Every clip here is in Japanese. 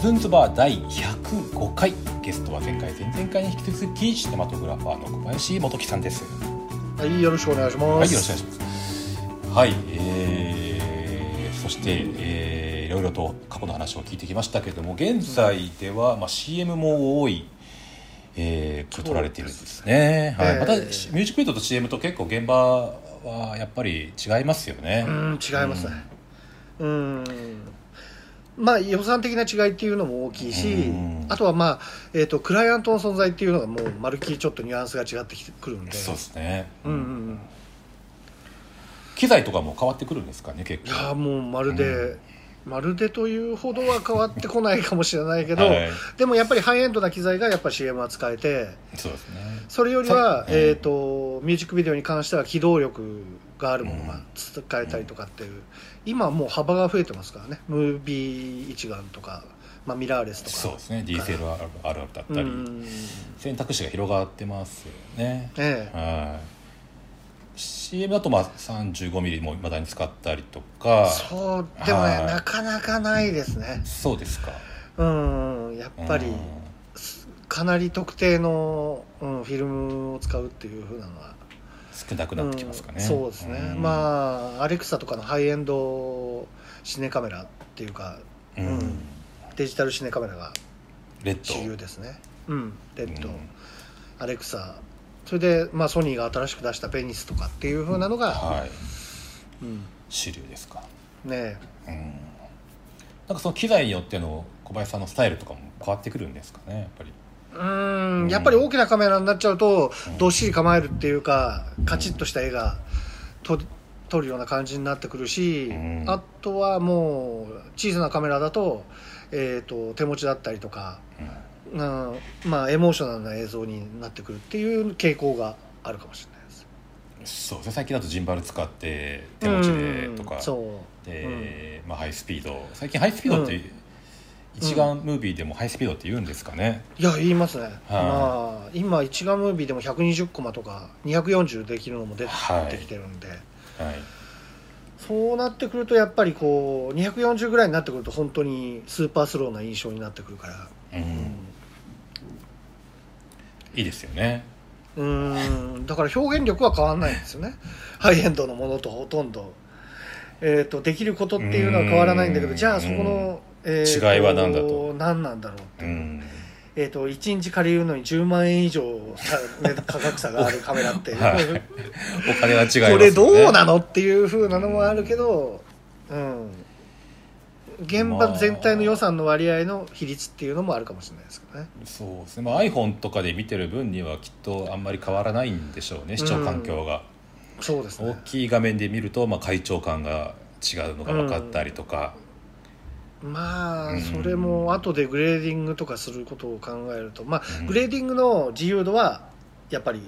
スンズバー第105回ゲストは前回前々回に引き続きシネマトグラファーの小林元樹さんですはい、よろしくお願いします。はいよろしくお願いしますはいえー、そして、えー、いろいろと過去の話を聞いてきましたけれども現在では、まあ、CM も多いえー、これ撮られているんですねそうはですいえーまたミュージックビデオと CM と結構現場はやっぱり違いますよね、うん、違いますね。うん。まあ、予算的な違いっていうのも大きいしうん、あとはまあ、えっ、と、クライアントの存在っていうのがもう、まるっきりちょっとニュアンスが違ってきてくるんで。そうですね、うんうんうん。機材とかも変わってくるんですかね結い構やー、もうまるで、まるでというほどは変わってこないかもしれないけ ど、はいでもやっぱりハイエンドな機材がやっぱ CM は使えて、そうですねそれよりは、うんえっ、と、ミュージックビデオに関しては機動力があるものが使えたりとかっていう、今はもう幅が増えてますからね、ムービー一眼とか、まあ、ミラーレスとか。そうですね DSLR あるあるだったり、うん選択肢が広がってますよね、ええはい。CM だとまあ 35mm もいまだに使ったりとかそう、でもはね、いなかなかないですね。そうですかうん、やっぱりうん、かなり特定の、うん、フィルムを使うっていうふうなのは。少なくなってきますかね、うんそうですね、うんまあアレクサとかのハイエンドシネカメラっていうかうんうんデジタルシネカメラがレッド主流ですねうんレッド、うんアレクサそれで、まあ、ソニーが新しく出したペニスとかっていう風なのが、はいうん主流ですかねうんなんかその機材によっての小林さんのスタイルとかも変わってくるんですかねやっぱりえうんやっぱり大きなカメラになっちゃうと、うんどっしり構えるっていうかカチッとした絵がと撮るような感じになってくるし、うんあとはもう小さなカメラだと,、えー、と手持ちだったりとか、うんうんまあ、エモーショナルな映像になってくるっていう傾向があるかもしれないです。そうですね最近だとジンバル使って手持ちでとか、うんそうで、まあ、ハイスピード最近ハイスピードって、うん一眼ムービーでもハイスピードって言うんですかね、いや言いますね、まあ今一眼ムービーでも120コマとか240できるのも出はいてきてるんで、はい、そうなってくるとやっぱりこう240ぐらいになってくると本当にスーパースローな印象になってくるからうんいいですよねうんんだから表現力は変わんないんですよね ハイエンドのものとほとんど、えー、とできることっていうのは変わらないんだけうどんじゃあそこの、えー違いは何だと何なんだろうってういう、んえー、と1日借りるのに10万円以上たね価格差があるカメラっていう、 はいお金は違いますよねこれどうなのっていう風なのもあるけど、うん、現場全体の予算の割合の比率っていうのもあるかもしれないですけどね。そうですね、まあ、iPhone とかで見てる分にはきっとあんまり変わらないんでしょうね視聴環境が、そうです大ね。きい画面で見ると、まあ、快調感が違うのが分かったりとか、まうあんそれも後でグレーディングとかすることを考えると、まあうんグレーディングの自由度はやっぱり、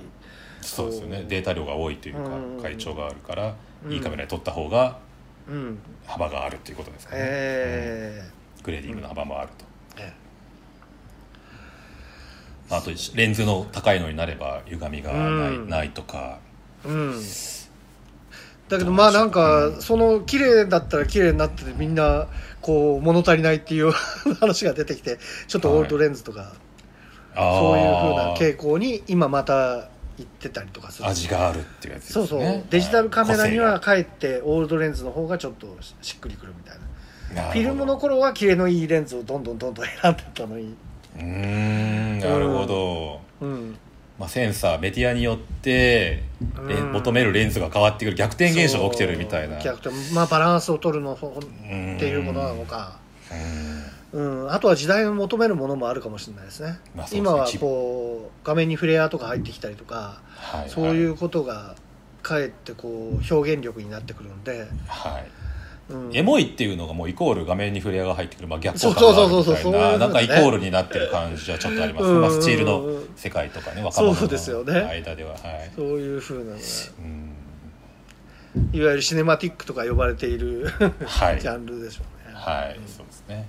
そうですよねそうデータ量が多いというか、うん快調があるから、うんいいカメラで撮った方がうん、幅があるということですかね、えグレーディングの幅もあると、ーえまあ、あとレンズの高いのになれば歪みがない,、うんないとかーうん。だけどまあなんかその綺麗だったら綺麗になっててみんなこう物足りないっていう 話が出てきてちょっとオールドレンズとかそういうふうな傾向に今また行ってたりとかする味があるっていうやつですそねうそうデジタルカメラには個かえってオールドレンズの方がちょっとしっくりくるみたいな性がフィルムの頃はキレのいいレンズをどんどんどんどん選んでったのにうーんなるほど、うんまあ、センサーメディアによってレンうん求めるレンズが変わってくる逆転現象が起きてるみたいなそう逆転まあバランスを取るのほんっていうことなのかうんうん、あとは時代の求めるものもあるかもしれないですね,、まあそうですね今はこう画面にフレアとか入ってきたりとか、はいそういうことがかえってこう表現力になってくるんで、はい、うん、エモいっていうのがもうイコール画面にフレアが入ってくる、まあ、逆そ効う果がそあうるそうみたいそうそういうなのなんかねイコールになってる感じはちょっとあります、うんまあ、スチールの世界とかね若者そうですよのね間でははいそういうふうなのがうんいわゆるシネマティックとか呼ばれている はいジャンルでしょうね、はい、そうですね。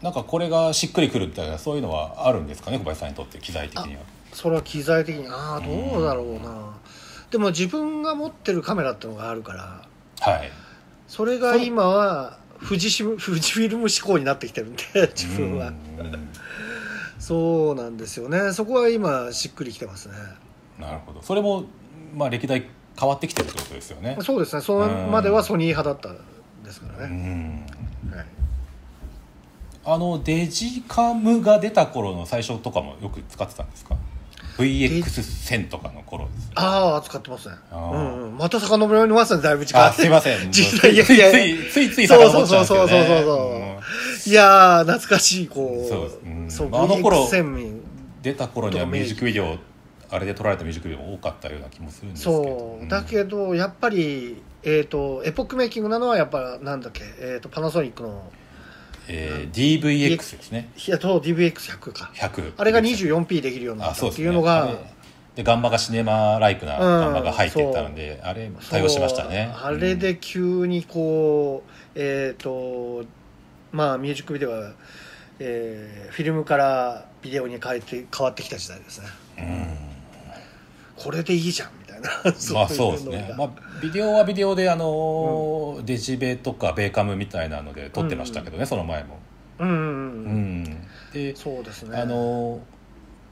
なんかこれがしっくりくるみたいなそういうのはあるんですかね小林さんにとって機材的には。それは機材的にああどうだろうな、でも自分が持ってるカメラってのがあるからはい。それが今は富士シ ム富士フィルム志向になってきてるんで自分は、うんうんそうなんですよねそこは今しっくりきてますねなるほどそれも、まあ、歴代変わってきてるってことですよねそうですねそのまではソニー派だったんですかうらね、んはいあのデジカムが出た頃の最初とかもよく使ってたんですか VX1000 とかの頃ですああ使ってますねあーうんうん、また遡りますねだいぶ時間あすいません 実際いやいやいやついついつい遡っちゃうんですよねそうそうそうそうそううんいやー懐かしいこうそうですうんそうあの頃 VX 1000民出た頃にはミュージックビデオあれで撮られたミュージックビデオも多かったような気もするんですけどそう、んだけどやっぱりえっ、とエポックメイキングなのはやっぱなんだっけえっ、とパナソニックのえー DVX ですねいやと DVX100 か100あれが 24P できるようになあったそうっですてねいうのがあれでガンバがシネマライクなガンバが入ってったので、あれ対応しましたねそうあれで急にこうえっ、とまあミュージックビデオは、えーフィルムからビデオに変えて変わってきた時代ですねうんうんこれでいいじゃんみたいな まあそうですね、まあ、ビデオはビデオであのーデジベとかベーカムみたいなので撮ってましたけどね、その前も、あ、うんうんううん、ん、で、そうですねあのー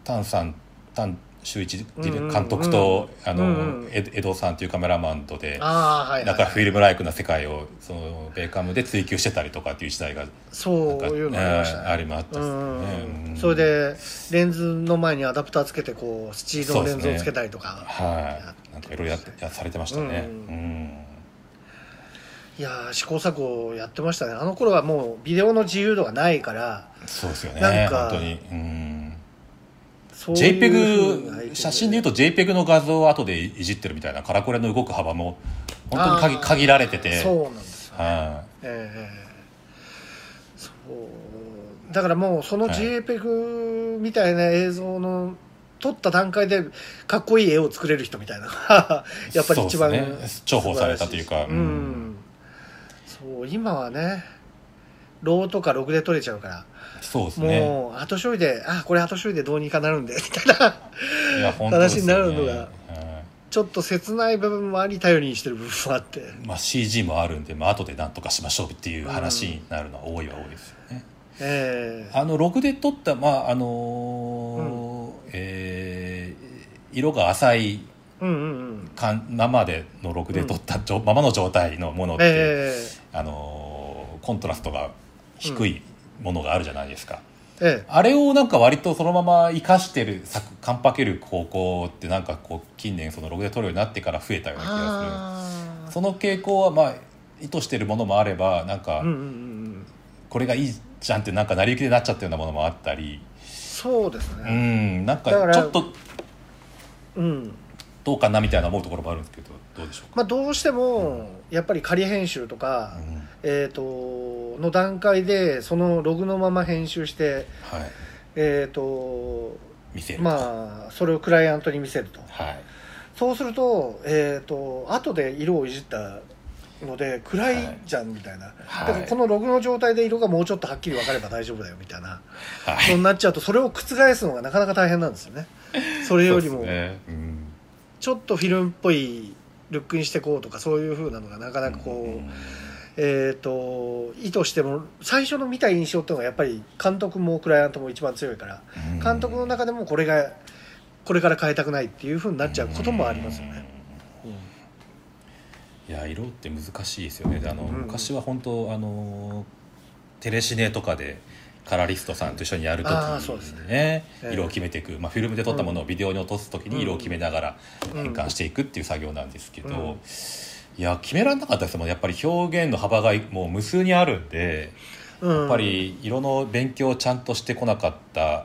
丹さん丹周一ディレうんうん監督と、あのーうんうん江江戸さんというカメラマンとでああはい、はい、なんかフィルムライクな世界をそのベーカムで追求してたりとかっていう時代がそういうのありましたえねーありましたうですんね、うんそれでレンズの前にアダプターつけてこうスチールのレンズをつけたりとか、はいなんかいろいろやってやされてましたね、うんうんいやー試行錯誤をやってましたねあの頃はもうビデオの自由度がないからそうですよなねんか本当に、うんそういう風な JPEG 写真でいうとと JPEG の画像を後でいじってるみたいなカラコレの動く幅も本当に限あー限られててそうなんですよ、はええそうだからもうそのはい JPEG みたいな映像の撮った段階でかっこいい絵を作れる人みたいな やっぱり一番、そうですね重宝されたというか素晴らしですうん、そう今はねローとかログで撮れちゃうからいそうですねもう後処理で、あこれ後処理でどうにかなるんでみたいない や本当ですよね話になるのがはちょっと切ない部分もあり頼りにしてる部分もあっていまあ、CG もあるんで、まあ後で何とかしましょうっていう話になるのは多いは多いですよね。ええあのログで撮った、まああのーえー色が浅いうんうんうんかん生でのログで撮ったじょ、ままの状態のものって、えあのーコントラストが低いものがあるじゃないですか、えええあれをなんか割とそのまま生かしてる作カンパケる高校ってなんかこう近年そのログで撮るようになってから増えたような気があするーその傾向はまあ意図してるものもあればなんかうんうんうんうんこれがいいじゃんってなんか成り行きでなっちゃったようなものもあったりそうですうねんなんかだからちょっとうんどうかなみたいな思うところもあるんですけどどうでしょうか、まあどうしてもやっぱり仮編集とか、うんえっ、との段階でそのログのまま編集してはい、えっ、と見せるとまあそれをクライアントに見せるとはい、そうするとえっ、と後で色をいじったので暗いじゃんみたいな、はいだからこのログの状態で色がもうちょっとはっきり分かれば大丈夫だよみたいな、はいそうなっちゃうとそれを覆すのがなかなか大変なんです よねそれよりそもうですねうんちょっとフィルムっぽいルックにしてこうとかそういう風なのがなかなかこう、んえっ、と意図しても最初の見た印象っていうのがやっぱり監督もクライアントも一番強いからうん監督の中でもこれがこれから変えたくないっていうふうになっちゃうこともありますよね。いや色って難しいですよねであの、うん昔は本当あのテレシネとかでカラリストさんと一緒にやるときあーそうですにねええ色を決めていく、まあ、フィルムで撮ったものをビデオに落とすときに色を決めながらうん変換していくっていう作業なんですけど、うんいや決められなかったですもんやっぱり表現の幅がもう無数にあるんでややっぱり色の勉強をちゃんとしてこなかった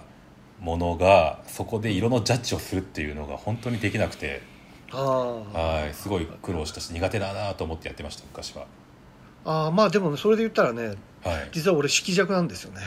ものがそこで色のジャッジをするっていうのが本当にできなくて。ああはい、すごい苦労したし苦手だなと思ってやってました昔は。ああまあでもねそれで言ったらねはい。 実は俺色弱なんですよ ね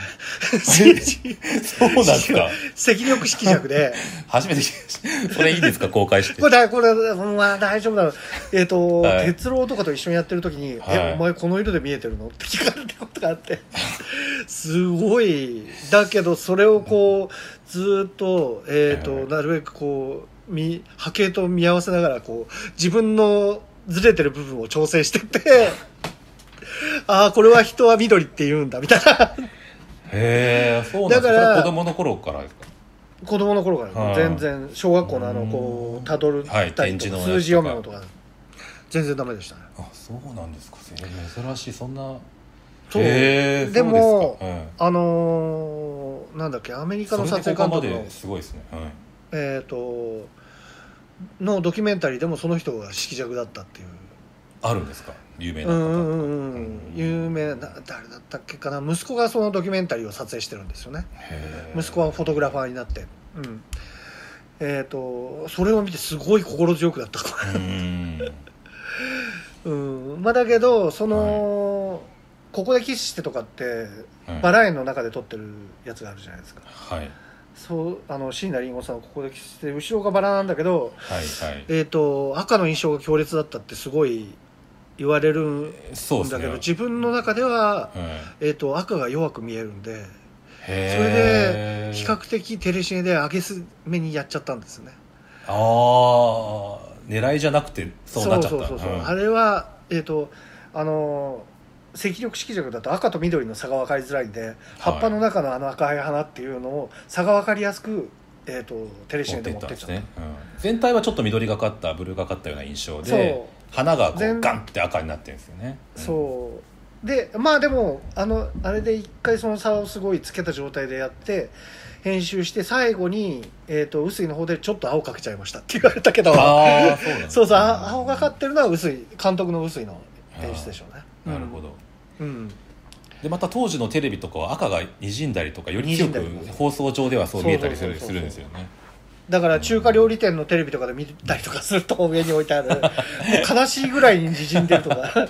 そうなんですか。赤力色弱で初めて聞きました。それいいですか公開してこ。れだこれ、うんまあ、大丈夫だ ろうえっ、と、はい哲郎とかと一緒にやってる時に「はいえお前この色で見えてるの?」って聞かれたことがあって すごいだけどそれをこうずーっと,、えーとはいなるべくこうみ波形と見合わせながらこう自分のずれてる部分を調整してって ああ、これは人は緑って言うんだ、みたいな。 へえそうなんですだかそられは子供の頃からですか子供の頃からはねい全然、小学校のあの、こう、たどるったはいりとか、展示のやつとか数字読むのとか、全然ダメでしたね。あそうなんですかえー珍しいそんなそうへえでもそうですかはいあのーなんだっけ、アメリカの撮それで影こ監こま督ので、すごいですねはいえっ、と、のドキュメンタリーでもその人が色弱だったっていう。あるんですか有名なう方んうんうんうん有名な誰だったっけかな息子がそのドキュメンタリーを撮影してるんですよねへー息子はフォトグラファーになって、うんえっとそれを見てすごい心強くなった、うーん うんまあ、だけどその、ここでキスしてとかってはいバラ園の中で撮ってるやつがあるじゃないですかはいそうあの椎名林檎さんはここでキスして後ろがバラなんだけど、はいはいえっと赤の印象が強烈だったってすごい言われるんそうですだねけど、自分の中ではうんへえー、と赤が弱く見えるんでえ比較的テレシネで上げすめにやっちゃったんですねああ狙いじゃなくてそうなっちゃったそうそうそう、うんあれはえっ、とあのー赤緑色弱だと赤と緑の差が分かりづらいんで、葉っぱの中のあの赤い花っていうのを差が分かりやすく、えー、とテレシ持ネってでっ持ったんてでっちすゃったね、うん全体はちょっと緑がかったブルーがかったような印象でそ花がこ全うガンって赤になってるんですよね、うんそうでまあでもあのあれで一回その差をすごいつけた状態でやって編集して最後に、えー、と薄いの方でちょっと青かけちゃいましたって言われたけどああそうなんですねそうそう、あ青がかってるのは薄い、監督の薄いの演出でしょうね。なるほど、うん。うん。でまた当時のテレビとかは赤がにじんだりとかより強く滲んだり放送上ではそう見えたりするそうすそうそうそうるんですよねだから中華料理店のテレビとかで見たりとかすると上に置いてある、もう悲しいぐらいに縮んでるとか、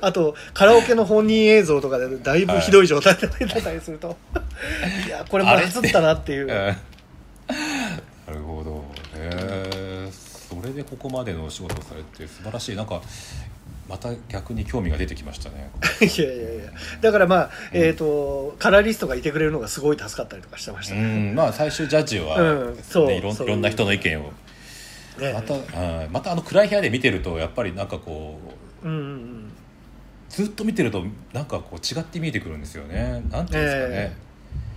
あとカラオケの本人映像とかでだいぶひどい状態で出てたりすると、いや、これもうずったなっていうんう。なるほどへえそれでここまでのお仕事をされて素晴らしいなんかまた逆に興味が出てきましたねいやいやいや。だからまあ、えっ、と、カラーリストがいてくれるのがすごい助かったりとかしてましたうね。んまあ最終ジャッジは、うんそうねいろんそういろんな人の意見をねまた、うん、またあの暗い部屋で見てるとやっぱりなんかこううんうんうん。ずっと見てるとなんかこう違って見えてくるんですよねなんていうんですかね、え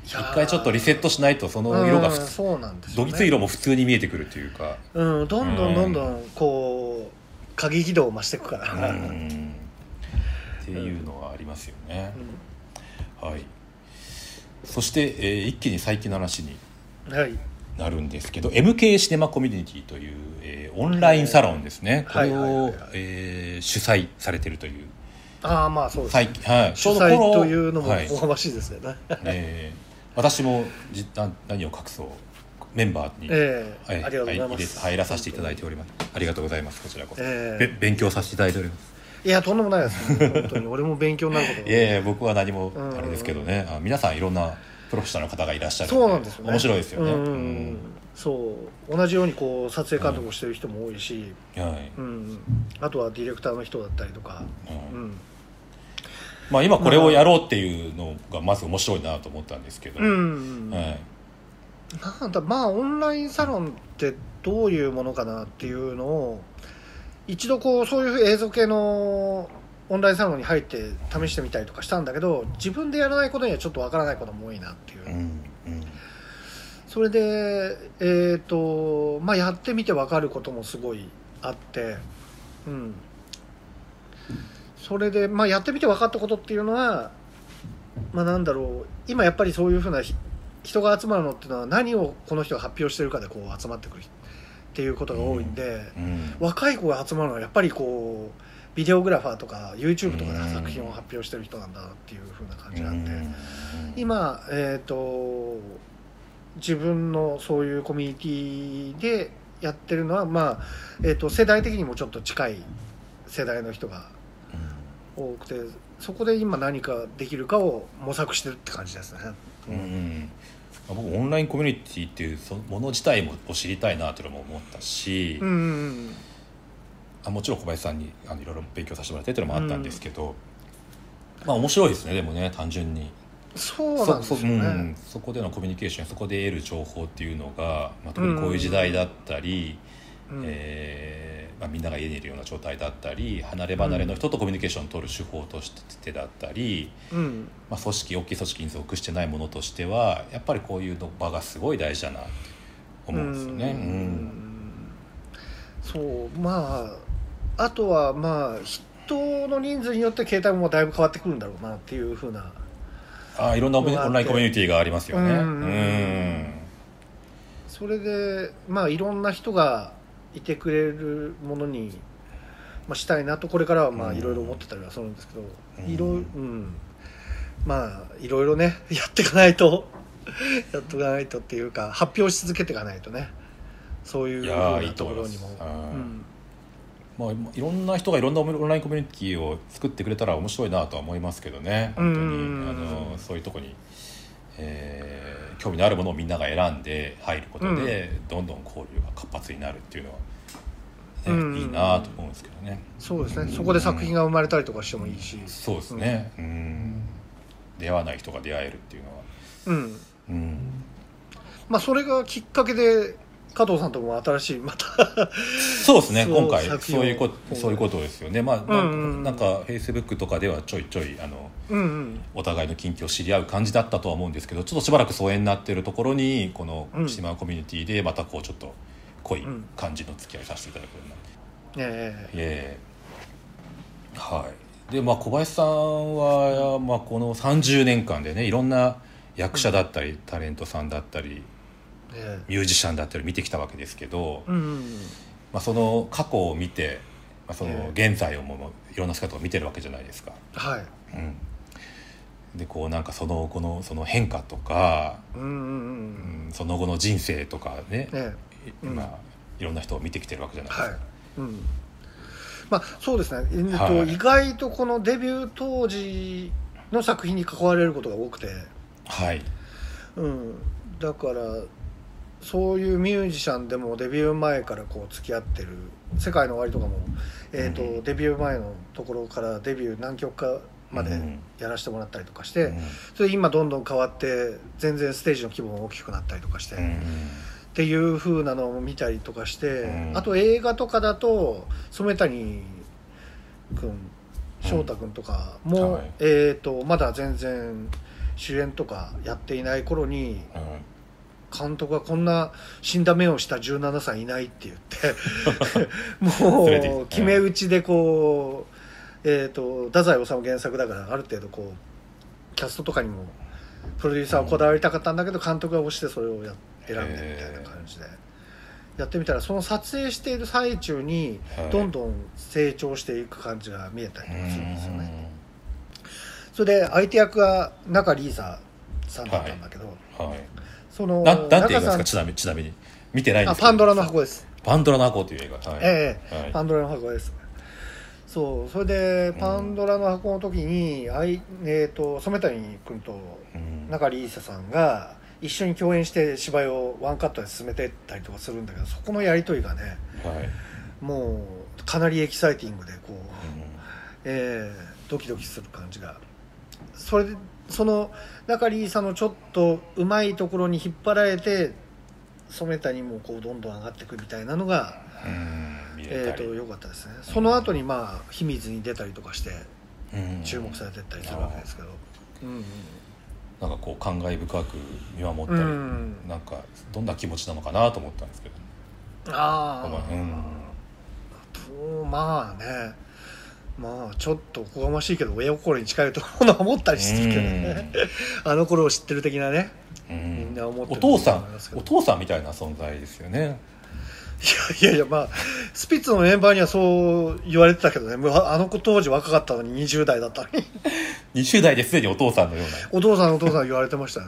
いやー一回ちょっとリセットしないとその色が普うん通そうなんですよどねぎつい色も普通に見えてくるというかうん、どんどんどんどんこう過激度を増していくかうら、うんんっていうのはありますよね、はいそして、えー一気に最近の話にはいなるんですけど MK シネマコミュニティという、えーオンラインサロンですね、こはいれはいをはいはいえー主催されてるというああまあそうです、最ね、近、はい、主催というのもはいおこがましいですけどね、えー私もじな何を隠そうメンバーに、ええはいありがとうございはま入れす、入らさせていただいておりますありがとうございますこちらこそ、えべ勉強させていただいておりますえいやとんでもないです本当に俺も勉強になることいやいや僕は何もあれですけどね、あ皆さんいろんなプロフェッショナルの方がいらっしゃるそうなんですよね面白いですよねうんうんうんうんそう同じようにこう撮影監督をしてる人も多いし、はいうんうんあとはディレクターの人だったりとか、うんうんまあ、今これをやろうっていうのがまず面白いなと思ったんですけど、うんうんうんはい、なんだまあオンラインサロンってどういうものかなっていうのを一度こうそういう映像系のオンラインサロンに入って試してみたりとかしたんだけど自分でやらないことにはちょっとわからないことも多いなっていう、うんうんそれでえっ、とまあやってみてわかることもすごいあってうんそれでまあやってみて分かったことっていうのはまあなんだろう今やっぱりそういうふうなひ人が集まるのっていうのは何をこの人が発表してるかでこう集まってくるっていうことが多いんで、うん若い子が集まるのはやっぱりこうビデオグラファーとか YouTube とかで作品を発表してる人なんだなっていうふうな感じなんで、うん今、えー、と自分のそういうコミュニティでやってるのは、まあえー、と世代的にもちょっと近い世代の人が多くてそこで今何かできるかを模索してるって感じですね。うんうんまあ僕オンラインコミュニティっていうそのもの自体もを知りたいなというのも思ったし、うんうんあもちろん小林さんにあのいろいろ勉強させてもらってっていうのもあったんですけど、まあ面白いですねでもね単純にそうなんですよそうんね。そこでのコミュニケーションそこで得る情報っていうのが、まあ、特にこういう時代だったり、うんえーまあ、みんなが家にいるような状態だったり離れ離れの人とコミュニケーションを取る手法としてだったり、うんまあ、組織大きい組織に属してないものとしてはやっぱりこういうの場がすごい大事だなって思うんですよね。ううんんそうまああとはまあ人の人数によって携帯もだいぶ変わってくるんだろうなっていうふうなあーいろんなオンそうだってラインコミュニティがありますよね。ううんんそれでまあいろんな人がいてくれるものに、まあ、したいなとこれからはまあうんいろいろ思ってたりはするんですけど、うんいろうんまあいろいろね やっていかないと やっていかないとっていうか発表し続けていかないとねそういういよやうーいないととこ思いろまにすも。。うんうんまあ、いろんな人がいろんなオンラインコミュニティを作ってくれたら面白いなとは思いますけどね本当にうんあのそういうとこに、えー興味のあるものをみんなが選んで入ることで、どんどん交流が活発になるっていうのは、ねうんいいなと思うんですけどね。そうですねそこで作品が生まれたりとかしてもいいし、そうですね、うん出会わない人が出会えるっていうのは、うん、うん、まあそれがきっかけで加藤さんとも新しいまた そうですねそう今回作品をそういうことそういうことですよねまあなんか,、うんうんなんか Facebook とかではちょいちょいあのうんうんお互いの近況を知り合う感じだったとは思うんですけどちょっとしばらく疎遠になっているところにこのうん島コミュニティでまたこうちょっと濃いうん感じの付き合いさせていただくようになって、ええええはいでまあ小林さんは、まあ、この30年間でねいろんな役者だったりタレントさんだったりええミュージシャンだったり見てきたわけですけど、うんうんまあ、その過去を見て、まあ、そのえ現在をもういろんな姿を見てるわけじゃないですか。はいでこうなんかその後のその変化とか、うんうんううんんその後の人生とかね、えうんまあいろんな人を見てきてるわけじゃなえいですはいか。うんまあそうですね、えっとはい意外とこのデビュー当時の作品に関われることが多くて、はい、うん、だからそういうミュージシャンでもデビュー前からこう付き合ってる「世界の終わり」とかも、えーとうデビュー前のところからデビュー何曲かまうでんやらせてもらったりとかして、うんそれで今どんどん変わって全然ステージの規模も大きくなったりとかして、うっんていう風なのを見たりとかして、うんあと映画とかだと染谷君翔太君とかも、はいえー、とまだ全然主演とかやっていない頃にうん監督がこんな死んだ目をした17歳いないって言 っても連れて行うった決め打ちでこう、えー、と太宰治原作だからある程度こうキャストとかにもプロデューサーをこだわりたかったんだけど監督が押してそれをや選んでみたいな感じでやってみたらその撮影している最中にはいどんどん成長していく感じが見えたりとかするんですよね。うそれで相手役が中リーサさんだったんだけど、んはいそのなんなんて映画中でさすんかちなみにちなみに見てないんであすけどパンドラの箱ですパンドラの箱という映画はい、ええはいパンドラの箱ですそうそれでパンドラの箱の時に、あいえー、と染谷君とうん中里依紗さんが一緒に共演して芝居をワンカットで進めてったりとかするんだけどそこのやり取りがねはいもうかなりエキサイティングでこう、うんええドキドキする感じがそれでその中里依紗のちょっとうまいところに引っ張られて染谷もこうどんどん上がっていくみたいなのがうん見れえたー、とり良かったですねその後にまあ秘密に出たりとかしてうん注目されてったりするわけですけど、うんなんかこう感慨深く見守ったうり、ん、なんかどんな気持ちなのかなと思ったんですけど、ああ、うんとまあねまあちょっとおこがましいけど親心に近いところは思ったりするけどねあの頃を知ってる的なねうんみんな思っておると父思いさまんすけどお父さんみたいな存在ですよねいやいやいやまあスピッツのメンバーにはそう言われてたけどねもうああの子当時若かったのに20代だったのに 20代ですでにお父さんのようなお父さんお父さん言われてましたね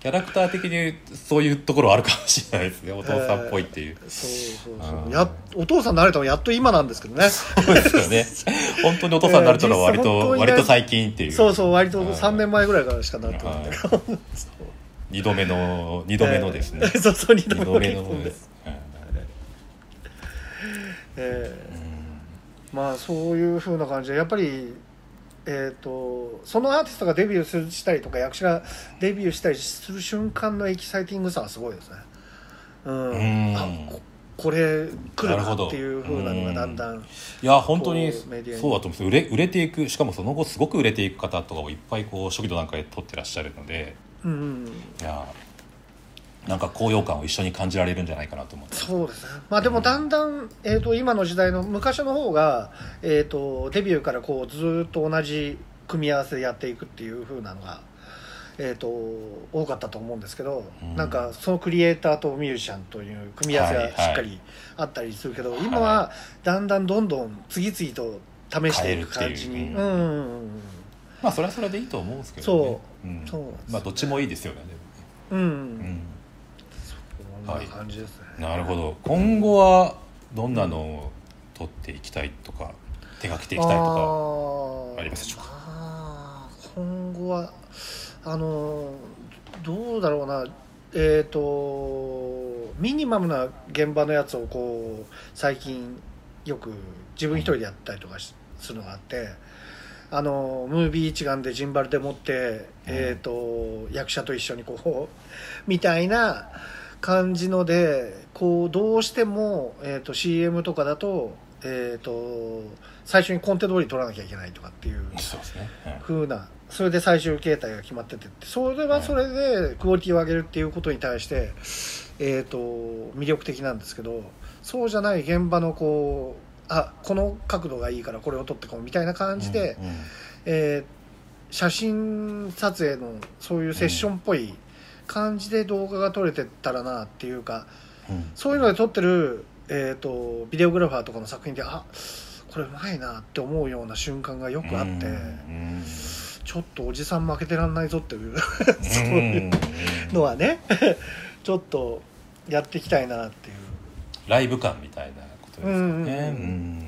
キャラクター的にそういうところあるかもしれないですねお父さんっぽいっていう、そうそうそあうーやお父さんになれたのやっと今なんですけどねそうですよね本当にお父さんになるとのは割えー実際と本当にね割と最近っていうそうそう割とはい3年前ぐらいからしかなってないんだけど2度目の二度目のですね そうそう2 2度度目目のの日本で、えーまあそういうふうな感じでやっぱりえー、とそのアーティストがデビューするしたりとか役者がデビューしたりする瞬間のエキサイティングさはすごいですねうんうんあここれ来るなるなほどっていう風なのがだんだんいや本当にこうメディアにそうだと思うんですよ売れ売れていくしかもその後すごく売れていく方とかをいっぱいこう初期の段階で撮ってらっしゃるのでうんうんいやなんか高揚感を一緒に感じられるんじゃないかなと思ってそうですねまあでもだんだん、えー、と今の時代の昔の方が、えー、とデビューからこうずーっと同じ組み合わせでやっていくっていう風なのが、えー、と多かったと思うんですけど、うんなんかそのクリエイターとミュージシャンという組み合わせがしっかりあったりするけど、今はだんだんどんどん次々と試していく感じ変えるっていに。うううんんうんうんまあそれはそれでいいと思うんですけどねう、んそうなんですよねまあどっちもいいですよねうんうでもんね、こんな感じですね、うん、なるほど今後はどんなのを撮っていきたいとか手がけていきたいとかあーありますでしょうかまあ今後はあのどうだろうなえっ、とミニマムな現場のやつをこう最近よく自分一人でやったりとかしするのがあってあのムービー一眼でジンバルで持って、えー、と役者と一緒にこうみたいな感じのでこうどうしても、えー、と CM とかだと,、えー、と最初にコンテ通り取らなきゃいけないとかっていうそうですね、風なそれで最終形態が決まっててってそれはそれでクオリティを上げるっていうことに対して、えー、と魅力的なんですけどそうじゃない現場のこうあこの角度がいいからこれを撮ってこうみたいなう感ん、じで、うんうんえー写真撮影のそういうセッションっぽい感じで動画が撮れてったらなっていうかうんそういうので撮ってる、えー、とビデオグラファーとかの作品であこれうまいなって思うような瞬間がよくあって。うん ちょっとおじさん負けてらんないぞっていうそうういうんのはねちょっとやっていきたいなっていうライブ感みたいなことですかね、うんうんうんうん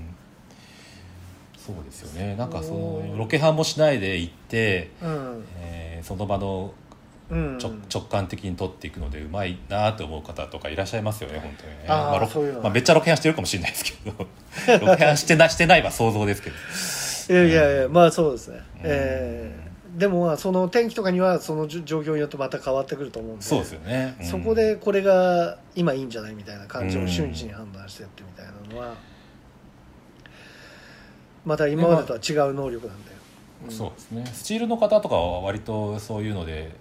そうですよねなんかそそのうロケハンもしないで行って、うんえーその場のうんちょ直感的に撮っていくのでうまいなと思う方とかいらっしゃいますよね本当にねあーまあロそういうのまあ、めっちゃロケハンしてるかもしれないですけど ロケハンしてなしてないは想像ですけどいやいやいやまあそうですね、んえーでもまあその天気とかにはそのじょ状況によってまた変わってくると思うんでそうですよね、うんそこでこれが今いいんじゃないみたいな感じうをん瞬時に判断してってみたいなのはまた今までとは違う能力なんだよ、うんそうですねスチールの方とかは割とそういうので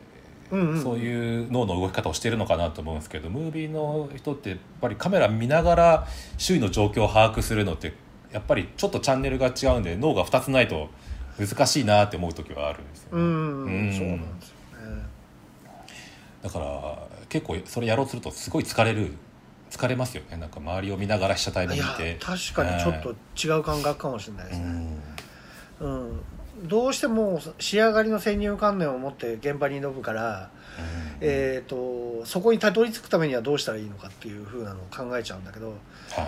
うんうん、そういう脳の動き方をしているのかなと思うんですけどムービーの人ってやっぱりカメラ見ながら周囲の状況を把握するのってやっぱりちょっとチャンネルが違うんで脳が2つないと難しいなって思う時はあるんですようね、ん、うんそうなんですよねだから結構それやろうとするとすごい疲れる疲れますよねなんか周りを見ながら被写体もい見やて。確かにちょっと違う感覚かもしれないでうすね、んうんどうしても仕上がりの先入観念を持って現場に挑むから、えー、とそこにたどり着くためにはどうしたらいいのかっていう風なのを考えちゃうんだけはど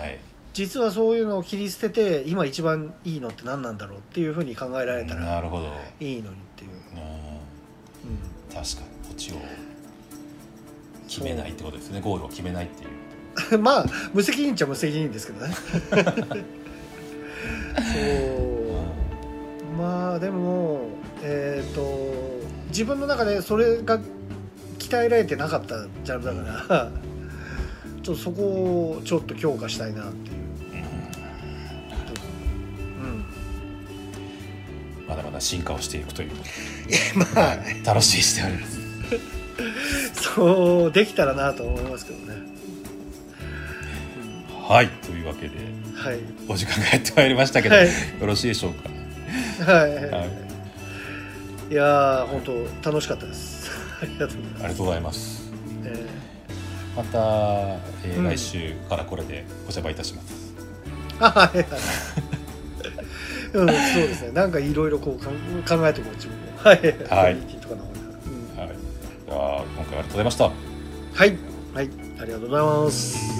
い実はそういうのを切り捨てて今一番いいのって何なんだろうっていう風に考えられたらなるほど、うん、いいのにっていう、う、確かにこっちを決めないってことですねゴールを決めないっていうん まあ無責任っちゃ無責任ですけどねそう、まあでもえっ、と自分の中でそれが鍛えられてなかったジャンルだから、ちょっとそこをちょっと強化したいなっていう、うん、まだまだ進化をしていくというまあ楽しみにしております。そうできたらなと思いますけどねはい、というわけではいお時間がやってまいりましたけど、はいよろしいでしょうか。はい、はい、い、やー本当楽しかったですありがとうごあざりがいます、とうございます。えまた、えーうん来週からこれでお邪魔いたします。ーあはいはいうん、そうですね。なんかいろいろこう考えてこう自分も。ははい。いコミュニティとかの方がうんはい、では今回はありがとうございました。はい、はい、ありがとうございます。